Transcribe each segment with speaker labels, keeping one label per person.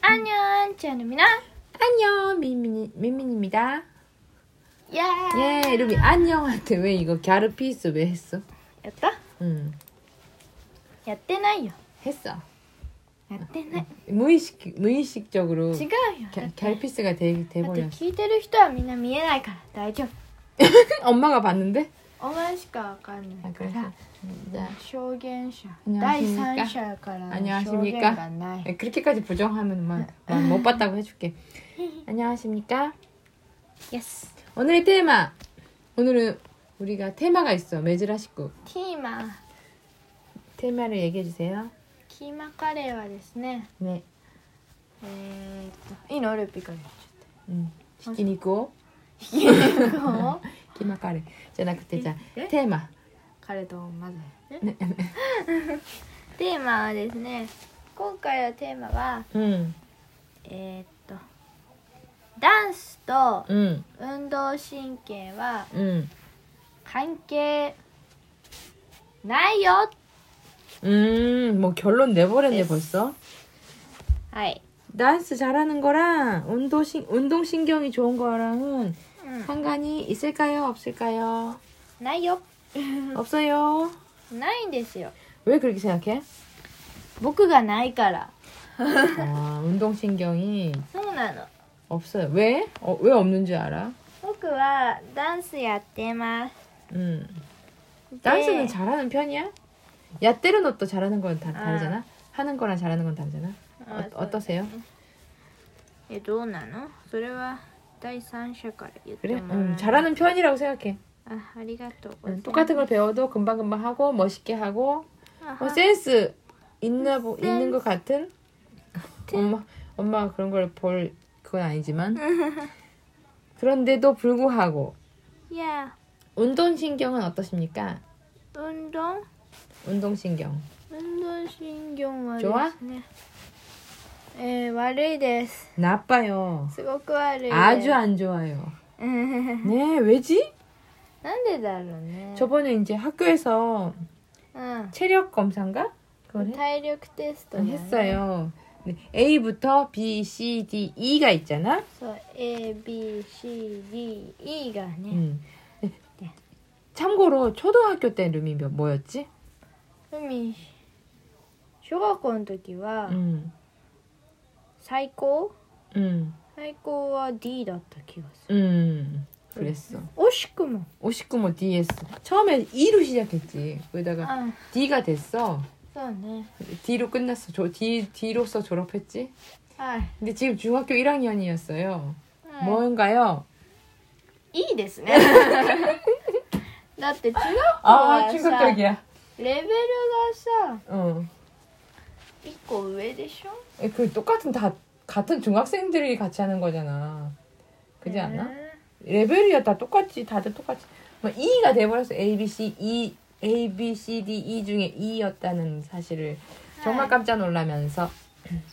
Speaker 1: 안녕, 지안입니다.
Speaker 2: 안녕 민민이 민민입니다.
Speaker 1: 예.
Speaker 2: 예 루비 안녕한테 왜 이거 갸르피스 왜 했어?
Speaker 1: 였다?
Speaker 2: 응
Speaker 1: やってないよ.
Speaker 2: 했어.
Speaker 1: やってない.
Speaker 2: 무의식 무의식적으로
Speaker 1: 違うよ.
Speaker 2: 갸- 갸르피스가 돼
Speaker 1: だって
Speaker 2: 돼버렸어.
Speaker 1: 聞いてる人はみんな見えないから大丈
Speaker 2: 엄마가 봤는데?
Speaker 1: 夫。お前しかわかんないから。
Speaker 2: 자,
Speaker 1: 証言者。
Speaker 2: 안녕하십니까
Speaker 1: 第三者やからの証言がない。
Speaker 2: 예, 그렇게까지 부정하면 뭐, 막못 봤다고 해줄게. 안녕하십니까?
Speaker 1: Yes.
Speaker 2: 오늘의 테마 오늘은 우리가 테마가 있어 매즈라시쿠
Speaker 1: キーマ、
Speaker 2: 테마를 얘기해 주세요.
Speaker 1: キーマカレーはですね、
Speaker 2: 네,
Speaker 1: えーっと、いいのルピカに
Speaker 2: 음, 시키니고
Speaker 1: こう
Speaker 2: 기마카레. 자나그때 자
Speaker 1: 네?
Speaker 2: 테마.
Speaker 1: 彼と混ぜて。 テーマはですね、今回のテーマは、
Speaker 2: 응,
Speaker 1: えーっとダンスと
Speaker 2: 응,
Speaker 1: 運動神経は
Speaker 2: 응,
Speaker 1: 関係ないよ
Speaker 2: 음, 뭐 결론 내버렸네
Speaker 1: 됐어.
Speaker 2: 벌써.
Speaker 1: はい、
Speaker 2: 댄스 잘하는 거랑 운동신 운동 신경이 좋은 거랑은
Speaker 1: う
Speaker 2: 상관이 있을까요? 없을까요?
Speaker 1: ん、ないよ
Speaker 2: 없어요.
Speaker 1: ないんですよ
Speaker 2: 왜 그렇게 생각해?
Speaker 1: 僕がないから
Speaker 2: 아, 운동 신경이
Speaker 1: そうなの
Speaker 2: 없어요. 왜? 어, 왜 없는지 알아?
Speaker 1: 僕はダンスやってます
Speaker 2: 음.
Speaker 1: で
Speaker 2: 댄스는 잘하는 편이야? 야 때려 넣도 잘하는 건 다,
Speaker 1: 아.
Speaker 2: 다르잖아. 하는 거랑 잘하는 건 다르잖아.
Speaker 1: 아,
Speaker 2: 어,
Speaker 1: 저-
Speaker 2: 어떠세요?
Speaker 1: えどうなのそれは第三者から言っても
Speaker 2: 그래?
Speaker 1: らえ
Speaker 2: 음, 잘하는 편이라고 생각해.
Speaker 1: あありがとうございま
Speaker 2: 음,
Speaker 1: す
Speaker 2: 똑같은 걸 배워도 금방금방 하고 멋있게 하고
Speaker 1: あは
Speaker 2: 뭐 센스 있나 보, 있는 것 같은 엄마 엄마가 그런 걸 볼 그건 아니지만 그런데도 불구하고
Speaker 1: いや
Speaker 2: 운동 신경은 어떠십니까?
Speaker 1: 運動
Speaker 2: 운동 신경
Speaker 1: 運動神経は
Speaker 2: 좋아
Speaker 1: ですねえー、悪いです。
Speaker 2: 나빠요.
Speaker 1: すごく悪いです。
Speaker 2: 아주 안 좋아요.
Speaker 1: うん
Speaker 2: 네 왜지?
Speaker 1: なんでだろうね。
Speaker 2: 저번에 이제 학교에서
Speaker 1: う
Speaker 2: 체력 검사인가 그걸
Speaker 1: ん。
Speaker 2: 했,
Speaker 1: 体力テストだね
Speaker 2: 했어요. 근데 A부터 B, C, D, E가 있잖아.
Speaker 1: そう、A B C D E がね。
Speaker 2: 음. 참고로 초등학교 때 룸이 몇- 뭐였지?
Speaker 1: 海小学校の時は
Speaker 2: 음.
Speaker 1: 最高
Speaker 2: 음.
Speaker 1: 最高は D だった気がする。
Speaker 2: 음. 그랬어.
Speaker 1: 惜しくも。
Speaker 2: 59뭐 DS. 처음에 E로 시작했지. 거기다가
Speaker 1: あ、
Speaker 2: D가 됐어.
Speaker 1: そうね。
Speaker 2: D로 끝났어. 저 D D로서 졸업했지.
Speaker 1: はい。
Speaker 2: 근데 지금 중학교 1학년이었어요.
Speaker 1: うん
Speaker 2: 뭔가요?
Speaker 1: いいです ね。だって中学校は
Speaker 2: 아
Speaker 1: さ
Speaker 2: 충격적이야.
Speaker 1: レベルがさ
Speaker 2: 어.
Speaker 1: 一個上でしょ
Speaker 2: 그 똑같은 다 같은 중학생들이 같이 하는 거잖아.
Speaker 1: 네.
Speaker 2: 그지 않아?
Speaker 1: ね
Speaker 2: 레벨이야 다 똑같지. 다들 똑같지. 뭐 E가 돼버렸어. A B C E A B C D E 중에 E였다는 사실을 정말 깜짝 놀라면서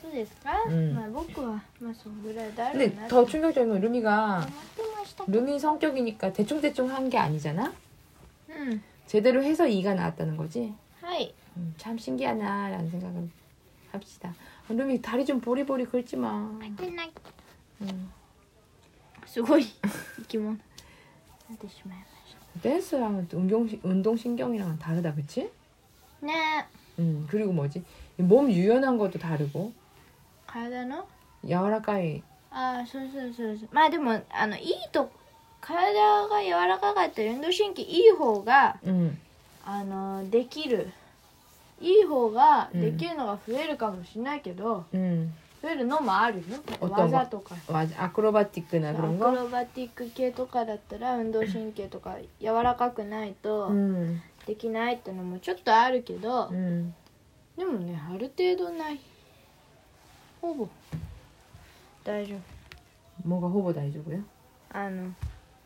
Speaker 1: そうですか、
Speaker 2: うん
Speaker 1: まあ僕はまあそんぐらいだろう
Speaker 2: 근데
Speaker 1: な
Speaker 2: 더
Speaker 1: と
Speaker 2: 충격적인 건 루미가
Speaker 1: 思ってましたけど
Speaker 2: 루미 성격이니까 대충대충 한 게 아니잖아?
Speaker 1: うん、
Speaker 2: 제대로 해서 이가 나왔다는 거지?
Speaker 1: はい、
Speaker 2: 음, 참 신기하나 라는 생각을 합시다. 아, 루미 다리 좀 보리보리 긁지 마.
Speaker 1: てない
Speaker 2: 음,
Speaker 1: すごい生き物になってしまいまし
Speaker 2: 댄스랑은 또 운동, 운동신경이랑은 다르다 그치?
Speaker 1: たねえ
Speaker 2: 음, 그리고 뭐지? 몸 유연한 것도 다르고
Speaker 1: 体の
Speaker 2: 야와라카이
Speaker 1: ああそうそうそうそうまあでもあのいいと体が柔らかかったり運動神経いい方が
Speaker 2: 음,
Speaker 1: あのできるいい方ができるのが増えるかもしれないけど、
Speaker 2: 음,
Speaker 1: 増えるのもあるよ
Speaker 2: 音も
Speaker 1: 技とか
Speaker 2: 맞아. 아크로바틱이나
Speaker 1: アク
Speaker 2: 그런 거?
Speaker 1: ロバティック系とかだったら運動神経とか柔らかくないと
Speaker 2: 음,
Speaker 1: できないってのもちょっとあるけど、
Speaker 2: 음.
Speaker 1: でもねある程度ないほぼ大丈夫
Speaker 2: 뭐가 호보다 해주고요?
Speaker 1: あの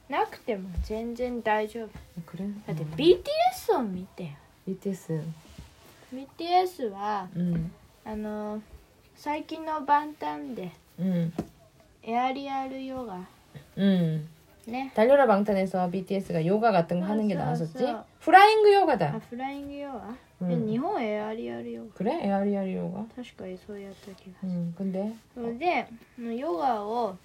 Speaker 1: なくても全然大丈夫
Speaker 2: 그래?
Speaker 1: だって
Speaker 2: 어,
Speaker 1: BTS を見てよ
Speaker 2: BTS
Speaker 1: BTS は
Speaker 2: 음,
Speaker 1: あの最近の万端で
Speaker 2: 음,
Speaker 1: エアリアルヨガ
Speaker 2: 음.
Speaker 1: ね
Speaker 2: 달려라 방탄에서 BTS가 요가 같은 거 하는 게
Speaker 1: 맞아,
Speaker 2: 나왔었지?
Speaker 1: 맞아.
Speaker 2: 프라잉크
Speaker 1: 아
Speaker 2: 요가다.
Speaker 1: フライングヨガで
Speaker 2: うん
Speaker 1: 日本エアリアルヨガ
Speaker 2: 그래? 에아리아리 요가?
Speaker 1: 確かにそうやった気がする、
Speaker 2: 음, 근데
Speaker 1: それでヨガを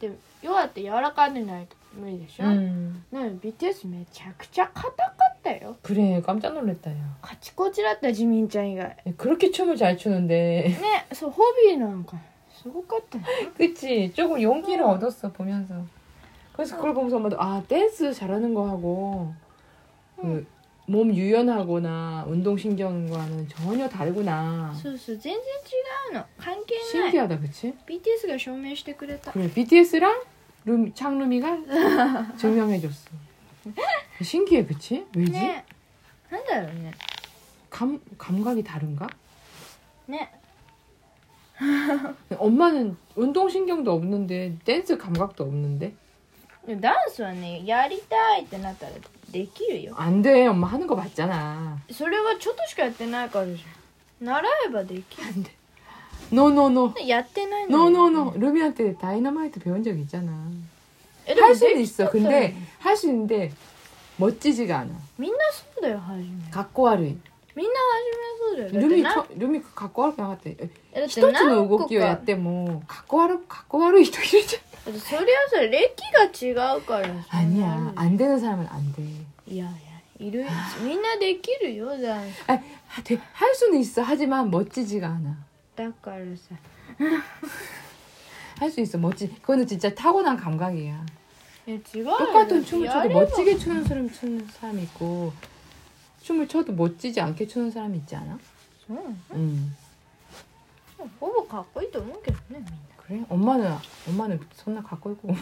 Speaker 1: でヨガって柔らかくないと無理でしょ、
Speaker 2: 음.
Speaker 1: なのに BTS めちゃくちゃ硬かったよ
Speaker 2: 그래 깜짝 놀랐다 야.
Speaker 1: カチコチだったジミンちゃん以外
Speaker 2: 그렇게 춤을 잘 추는데
Speaker 1: ねそうホビーなんかすごかったよ
Speaker 2: 그치 조금 용기를
Speaker 1: 어.
Speaker 2: 얻었어 보면서 그래서 그걸 보면서 엄마도 아 댄스 잘하는 거 하고 그 몸 유연하거나 운동신경과는 전혀 다르구나
Speaker 1: そうそう全然違うの関係ない
Speaker 2: 신기하다 그치?
Speaker 1: BTS が証明してくれた
Speaker 2: 그래 BTS랑 룸, 창룸이가 증명해줬어 신기해 그치? 왜지?
Speaker 1: ねなんだろうね
Speaker 2: 감, 감각이 다른가?
Speaker 1: ね
Speaker 2: 엄마는 운동신경도 없는데 댄스 감각도 없는데
Speaker 1: ダンスはねやりたいってなったらできるよ
Speaker 2: 안 돼 엄마 하는 거 봤잖아
Speaker 1: それはちょっとしかやってないからじゃん習えばできる
Speaker 2: 노노노
Speaker 1: やってない
Speaker 2: 음.
Speaker 1: のに
Speaker 2: 노노노 루미한테 다이너마이트 배운 적 있잖아
Speaker 1: えでも
Speaker 2: 할
Speaker 1: でき
Speaker 2: 수는 있어
Speaker 1: たら
Speaker 2: 근데 할 수 있는데 멋지지가 않아
Speaker 1: みんなそうだよ初めみんな
Speaker 2: 갖고 하루
Speaker 1: 初めそうだよだって
Speaker 2: 루미
Speaker 1: な
Speaker 2: 처, 루미 갖고 하루 나갔대
Speaker 1: だって何個
Speaker 2: 히토츠노
Speaker 1: か
Speaker 2: 우고끼요 야때 뭐 갖고 하루 갖고 하루 이토 이러지
Speaker 1: だってそれはそれ歴が違うからさ
Speaker 2: 아니야 안 되는 사람은 안돼
Speaker 1: いやいやいるみんなできるよダンス
Speaker 2: 아, 하- 돼. 할 수는 있어 하지만 멋지지가 않아
Speaker 1: だからさ
Speaker 2: 할 수 있어 멋지 그거는 진짜 타고난 감각이야
Speaker 1: いや違うよ
Speaker 2: 똑같은 춤을
Speaker 1: や
Speaker 2: 춰도
Speaker 1: れば
Speaker 2: 멋지게 추는 사람 추는 사람이 있고 춤을 춰도 멋지지 않게 추는 사람이 있지 않아? 음.
Speaker 1: そうなの
Speaker 2: 응
Speaker 1: ほぼかっこいいと思うけどねみんな
Speaker 2: 그래? 엄마는 엄마는 손나 갖고 있고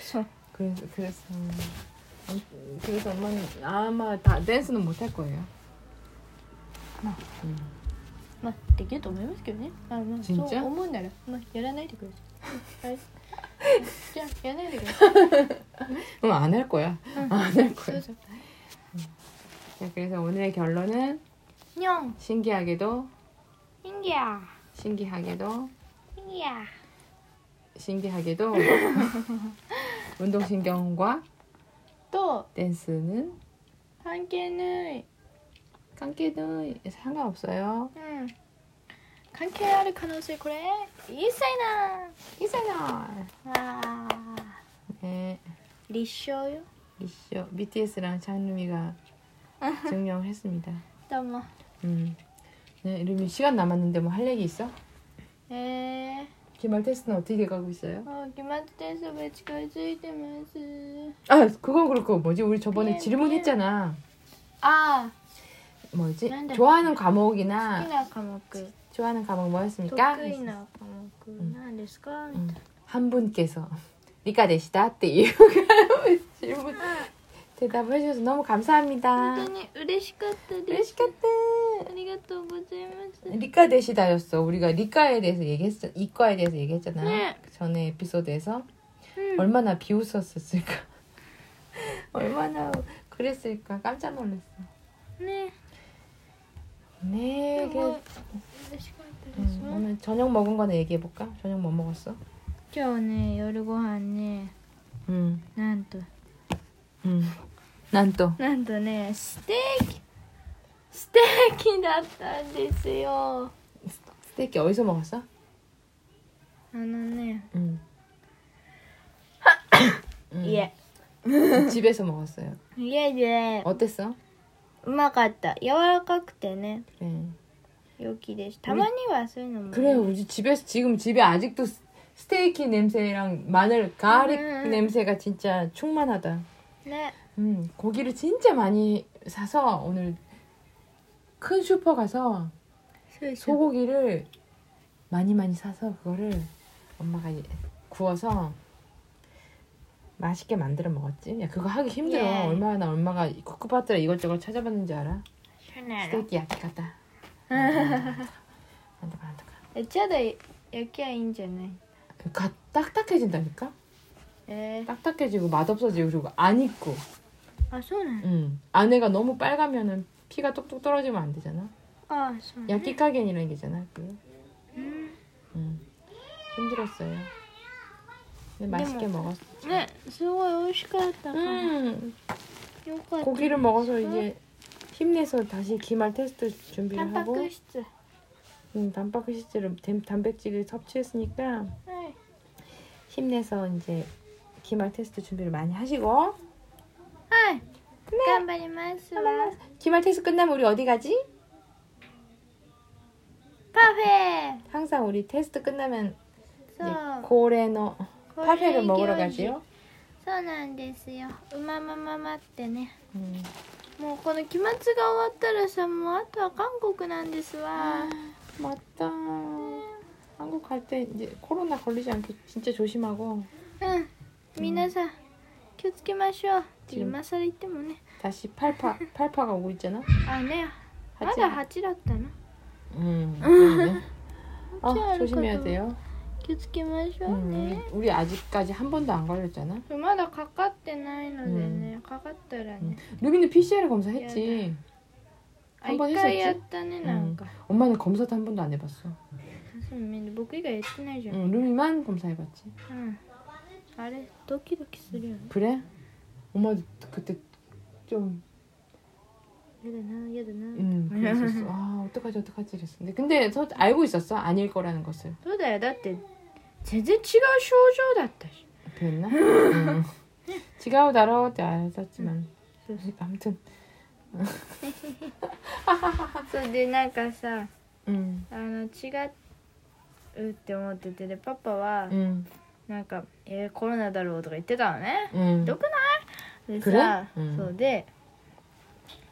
Speaker 1: そう
Speaker 2: 그래서 그래서 음, 그래서 엄마는 아마 다 댄스는 못 할 거예요.
Speaker 1: 뭐.
Speaker 2: 음.
Speaker 1: まあできると思いますけどねあまあ
Speaker 2: ちんちゃ
Speaker 1: そ
Speaker 2: ん
Speaker 1: う思うなら、まあ、やらないでください、うんはい、じゃあやらないでく ださい
Speaker 2: 응, 안 할 거야.
Speaker 1: 응.
Speaker 2: 안 할
Speaker 1: そ
Speaker 2: 거야.
Speaker 1: うそう
Speaker 2: 자, 네, 그래서 오늘의 결론은
Speaker 1: にょん
Speaker 2: 신기하게도
Speaker 1: インギャー
Speaker 2: 신기하게도
Speaker 1: インギャー
Speaker 2: 신기하게도 운동신경과
Speaker 1: と
Speaker 2: 댄스는
Speaker 1: 関係ない。
Speaker 2: 관계는 상관없어요.
Speaker 1: うん。関係ある可能性これ一切な
Speaker 2: 이잖아.
Speaker 1: わあ
Speaker 2: 네.
Speaker 1: 立証よ。
Speaker 2: 이쇼 BTS랑 장루미가 증명했습니다.
Speaker 1: どうも。
Speaker 2: 음. 네, 루미 시간 남았는데 뭐 할 얘기 있어?
Speaker 1: えー、
Speaker 2: 기말 테스트는 어떻게 가고 있어요?
Speaker 1: もう期末テストが近づいてます。
Speaker 2: 아 그건 그렇고 뭐지 우리 저번에
Speaker 1: 네,
Speaker 2: 질문했잖아
Speaker 1: あ 네.
Speaker 2: 뭐지
Speaker 1: 난데.
Speaker 2: 좋아하는
Speaker 1: あ、好き
Speaker 2: 과목이나
Speaker 1: な科目、
Speaker 2: 좋아하는 과목
Speaker 1: 得
Speaker 2: 뭐였습니까?
Speaker 1: 意な科目なんですか、みたい
Speaker 2: 한 분께서 리카데시다 때 이유가 질문 대답을 해주셔서 너무
Speaker 1: な。
Speaker 2: 감사합니다
Speaker 1: 本当に嬉しかったです。
Speaker 2: 嬉しかった
Speaker 1: ありがとうございます。
Speaker 2: 리카데시다였어 우리가 리카에 대해서 얘기했어 이과에 대해서 얘기했잖아
Speaker 1: 네.
Speaker 2: 그 전에 에피소드에서
Speaker 1: うん、
Speaker 2: 얼마나 비웃었을까 얼마나 그랬을까 깜짝 놀랐어
Speaker 1: ね、す
Speaker 2: 네
Speaker 1: ごい
Speaker 2: 그래서
Speaker 1: 嬉しかったです。
Speaker 2: 음, 오늘 저녁 먹은 거는 얘기해 볼까? 저녁 뭐 먹었어?
Speaker 1: 今日ね、夜ご飯ね、
Speaker 2: 음,
Speaker 1: なんと。
Speaker 2: 음. 난 또.
Speaker 1: なんとねステーキステーキだったんですよ
Speaker 2: 스테이크 어디서 먹었어?
Speaker 1: あのね、
Speaker 2: 음. 음,
Speaker 1: 家
Speaker 2: 집에서 먹었어요.
Speaker 1: 家で
Speaker 2: 어땠어?
Speaker 1: うまかった柔らかくてね
Speaker 2: 그래.
Speaker 1: 良きでしたたまにはそういうのも
Speaker 2: 그래, 우리 집에서 지금 집에 아직도 스- 스테이크 냄새랑 마늘, 가릭
Speaker 1: 음.
Speaker 2: 냄새가 진짜 충만하다.
Speaker 1: ね
Speaker 2: 음, 고기를 진짜 많이 사서 오늘 큰 슈퍼 가서
Speaker 1: そうそう
Speaker 2: 소고기를 많이 많이 사서 그거를 엄마가 이- 구워서 맛있게 만들어 먹었지. 야 그거 하기 힘들어.
Speaker 1: 예.
Speaker 2: 얼마나 엄마가 쿠쿠파트라 이것저것 찾아봤는지 알아?
Speaker 1: そうなの
Speaker 2: 스테이크 야키가다. 음. 안타까 안타까.
Speaker 1: えちょうど焼きはいいんじゃない
Speaker 2: 가그 딱딱해진다니까?
Speaker 1: え
Speaker 2: 딱딱해지고 맛없어지고 그리고 안 익고.
Speaker 1: ー、あそうなの
Speaker 2: 음. 안에가 너무 빨가면은 피가 뚝뚝 떨어지면 안 되잖아.
Speaker 1: あそうなの
Speaker 2: 야끼카겐이라는 게 있잖아. 그.
Speaker 1: うん、
Speaker 2: 음. 힘들었어요. 근데 맛있게
Speaker 1: 근데 뭐-
Speaker 2: 먹었어.
Speaker 1: ねすごい美味しかったから、よ
Speaker 2: 음,
Speaker 1: かった
Speaker 2: 고기를 먹어서 이제 힘내서 다시 기말 테스트 준비를 하고
Speaker 1: 단백질.
Speaker 2: 음, 단백질을 댐- 단백질을 섭취했으니까
Speaker 1: 네.
Speaker 2: 힘내서 이제 기말 테스트 준비를 많이 하시고
Speaker 1: 네. 깜바리마스.
Speaker 2: 기말 테스트 끝나면 우리 어디 가지?
Speaker 1: 파회.
Speaker 2: 항상 우리 테스트 끝나면 이제
Speaker 1: 소.
Speaker 2: 고래너 파회를 먹으러 가지요.
Speaker 1: そうなんですようままままってね
Speaker 2: 음.
Speaker 1: もうこの期末が終わったらさもうあとは韓国なんですわ
Speaker 2: 맞다. 한국 갈 때 이제 코로나 걸리지 않게 진짜
Speaker 1: う
Speaker 2: 조심하고
Speaker 1: ん皆さん気をつけましょうって
Speaker 2: うん
Speaker 1: 今更言ってもね
Speaker 2: 다시 팔파 팔파가 오고 있잖아.
Speaker 1: あねま
Speaker 2: 하지
Speaker 1: だ
Speaker 2: 마.
Speaker 1: 8だったな
Speaker 2: 음. 그러네. 아,
Speaker 1: 어떻게
Speaker 2: 조심해야
Speaker 1: 알고
Speaker 2: 돼요.
Speaker 1: 気をつけましょう
Speaker 2: 음,
Speaker 1: ね、
Speaker 2: 우리 아직까지 한 번도 안 걸렸잖아.
Speaker 1: まだかかってないのでね、かかったらね
Speaker 2: 루비는 PCR 검사했지.
Speaker 1: あ
Speaker 2: 한번
Speaker 1: 一回
Speaker 2: 했었지
Speaker 1: やったねなんか、
Speaker 2: 엄마는 검사도 한 번도 안 해봤어.
Speaker 1: 음. そうみんな僕以外やってないじゃん、
Speaker 2: 응, 루비만 검사해봤지.
Speaker 1: うん、あれドキドキするよね
Speaker 2: 그래? 엄마도 그때 좀
Speaker 1: やだなやだな、
Speaker 2: 음, 그랬었어. 아, 어떡하지, 어떡하지 이랬었는데. 근데 서, 알고 있었어? 아닐 거라는 것을.
Speaker 1: そうだよだって全然違う症状だったし
Speaker 2: 그랬나? 응. 지가오 다뤄 때 알았지만. 아무튼,
Speaker 1: それでなんかさ
Speaker 2: 응,
Speaker 1: あの違うって思っててでパパは
Speaker 2: 응,
Speaker 1: なんか「えーコロナだろう」とか言ってたのね
Speaker 2: 응.
Speaker 1: どで
Speaker 2: くれ
Speaker 1: さ、
Speaker 2: うん
Speaker 1: そうで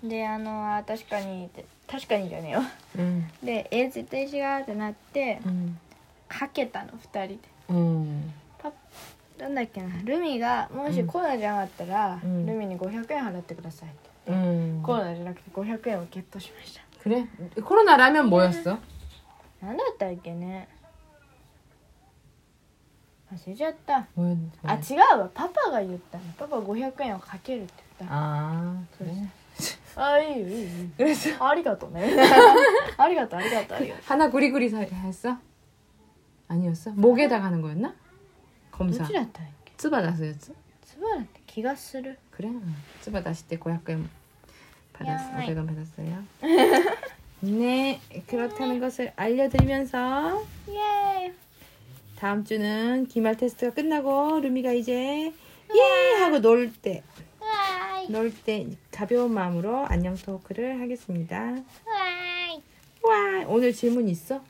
Speaker 1: であのあ確かにって確かにじゃねえよ
Speaker 2: 응,
Speaker 1: でえー絶対違うってなって
Speaker 2: 응,
Speaker 1: かけたの2人で
Speaker 2: 응.
Speaker 1: なんだっけなルミがもし
Speaker 2: うん
Speaker 1: コロナじゃなかったら、
Speaker 2: うん
Speaker 1: ルミに500円払ってくださいって、
Speaker 2: 응.
Speaker 1: コロナじゃなくて500円をゲットしました
Speaker 2: 그래? 코로나라면 뭐였어?
Speaker 1: なんだったっけね忘れちゃった、
Speaker 2: 뭐였는지.
Speaker 1: あ
Speaker 2: 모르겠어.
Speaker 1: 違うわパパが言ったのパパ500円をかけるって言った
Speaker 2: 아, 그래?
Speaker 1: あいいよいいよいいよありがとう ねありがとうありがとうありがと
Speaker 2: 하나 구리구리 사- 했어? 아니었어? 목에다 가는 거였나?
Speaker 1: うど
Speaker 2: 검사.
Speaker 1: っちだったっけ
Speaker 2: 쯔바다스였어?
Speaker 1: つばだって気がする
Speaker 2: 그래? 응. 쯔바다시 때 고약금 받았어.
Speaker 1: 야이.
Speaker 2: 500원 받았어요. 네, 그렇다는 것을 알려드리면서
Speaker 1: イエーイ
Speaker 2: 다음 주는 기말 테스트가 끝나고 루미가 이제 예 하고 놀 때 놀 때
Speaker 1: わーいわ
Speaker 2: 가벼운 마음으로 안녕 토크를 하겠습니다.
Speaker 1: ーい
Speaker 2: 와 오늘 질문 있어?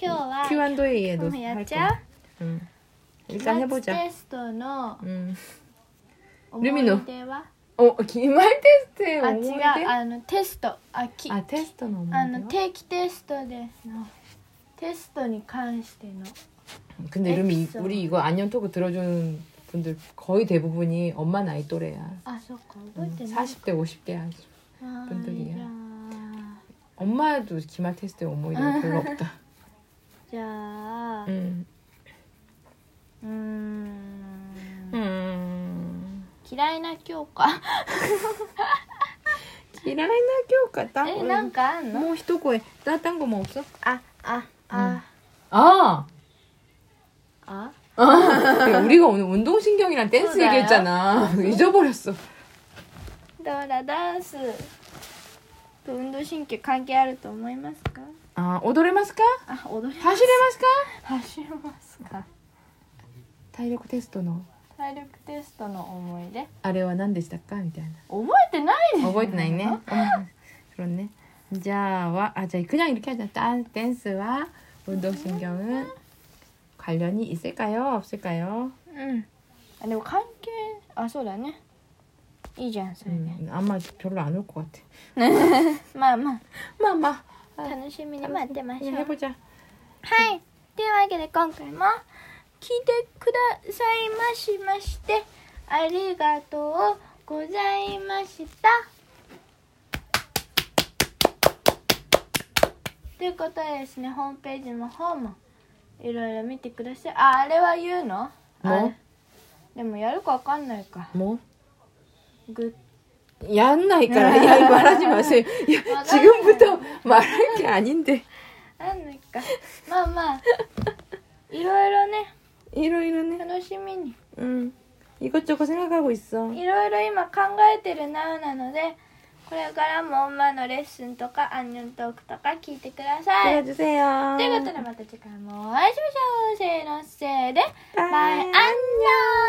Speaker 1: 今日は
Speaker 2: Q&A에
Speaker 1: 今日もやっちゃう
Speaker 2: 넣을 응. 일단
Speaker 1: 期
Speaker 2: 해보자.
Speaker 1: 末テストの
Speaker 2: 응.
Speaker 1: 思い出は
Speaker 2: 어 기말 테스트에
Speaker 1: あ
Speaker 2: 어머니
Speaker 1: 違う
Speaker 2: 때?
Speaker 1: あのテストあき
Speaker 2: 아 테스트
Speaker 1: あの
Speaker 2: 너무
Speaker 1: 定期テストでのテストに関しての
Speaker 2: 근데 루미 이-
Speaker 1: 에피소드.
Speaker 2: 우리 이거 안녕 토크 들어주는 분들 거의 대부분이 엄마 나이 또래야.
Speaker 1: あそっか覚えてない、
Speaker 2: 40대 50대 아주.
Speaker 1: あー
Speaker 2: 分取りや
Speaker 1: じ
Speaker 2: 엄마도 기말 테스트에 어머니가 별로 없다.
Speaker 1: ゃあじゃあ
Speaker 2: 응.
Speaker 1: うーん
Speaker 2: 음.
Speaker 1: 嫌いな教科
Speaker 2: 기라이나 교과
Speaker 1: えなんかあんの
Speaker 2: 뭐 히토코에 따뜻한 거뭐 없어?
Speaker 1: あああ、
Speaker 2: 아
Speaker 1: あ
Speaker 2: 야, 우리가 오늘 운동신경이랑 댄스
Speaker 1: 그러나요?
Speaker 2: 얘기했잖아 잊어버렸어
Speaker 1: だからダンスと運動神経関係あると思いますか
Speaker 2: 아 오도레마스카?
Speaker 1: あ踊り
Speaker 2: 하시레마스카?
Speaker 1: 走りますか
Speaker 2: 타이력 테스트노
Speaker 1: 体力テストの思い出
Speaker 2: 아래와 난데시다까? みたいな
Speaker 1: 覚えてないです
Speaker 2: 覚えてないね 어, 그렇네 자와 아 저희 그냥 이렇게 하자 딴, 댄스와 운동신경은 관련이 있을까요? 없을까요?
Speaker 1: うんあでも関係あそうだねいいじゃんそれで、
Speaker 2: 음, 아마 별로 안 올 것 같아
Speaker 1: まあま
Speaker 2: 마마
Speaker 1: あ楽しみに待ってましょうはい
Speaker 2: 그냥 해보자
Speaker 1: というわけで今回も聞いてくださいましましてありがとうございましたということでですねホームページの方もいろいろ見てくださいああれは言うの
Speaker 2: も
Speaker 1: あれでもやるかわかんないか
Speaker 2: 뭐
Speaker 1: グッ
Speaker 2: 야んないから야 이거 말하지 마세요. 야, 지금부터 말할 게 아닌데.
Speaker 1: なんないかまあ まあいろいろね
Speaker 2: 이러 이러네.
Speaker 1: 楽しみに
Speaker 2: 응. 이것저것 생각하고 있어.
Speaker 1: いろいろ今考えてるななのでこれからも엄마のレッスンとかアンニョントークとか聞いてください
Speaker 3: 들어주세요.
Speaker 1: ということでまた次回もお会いしましょうせーのせーで
Speaker 3: バイ
Speaker 1: バイアンニョン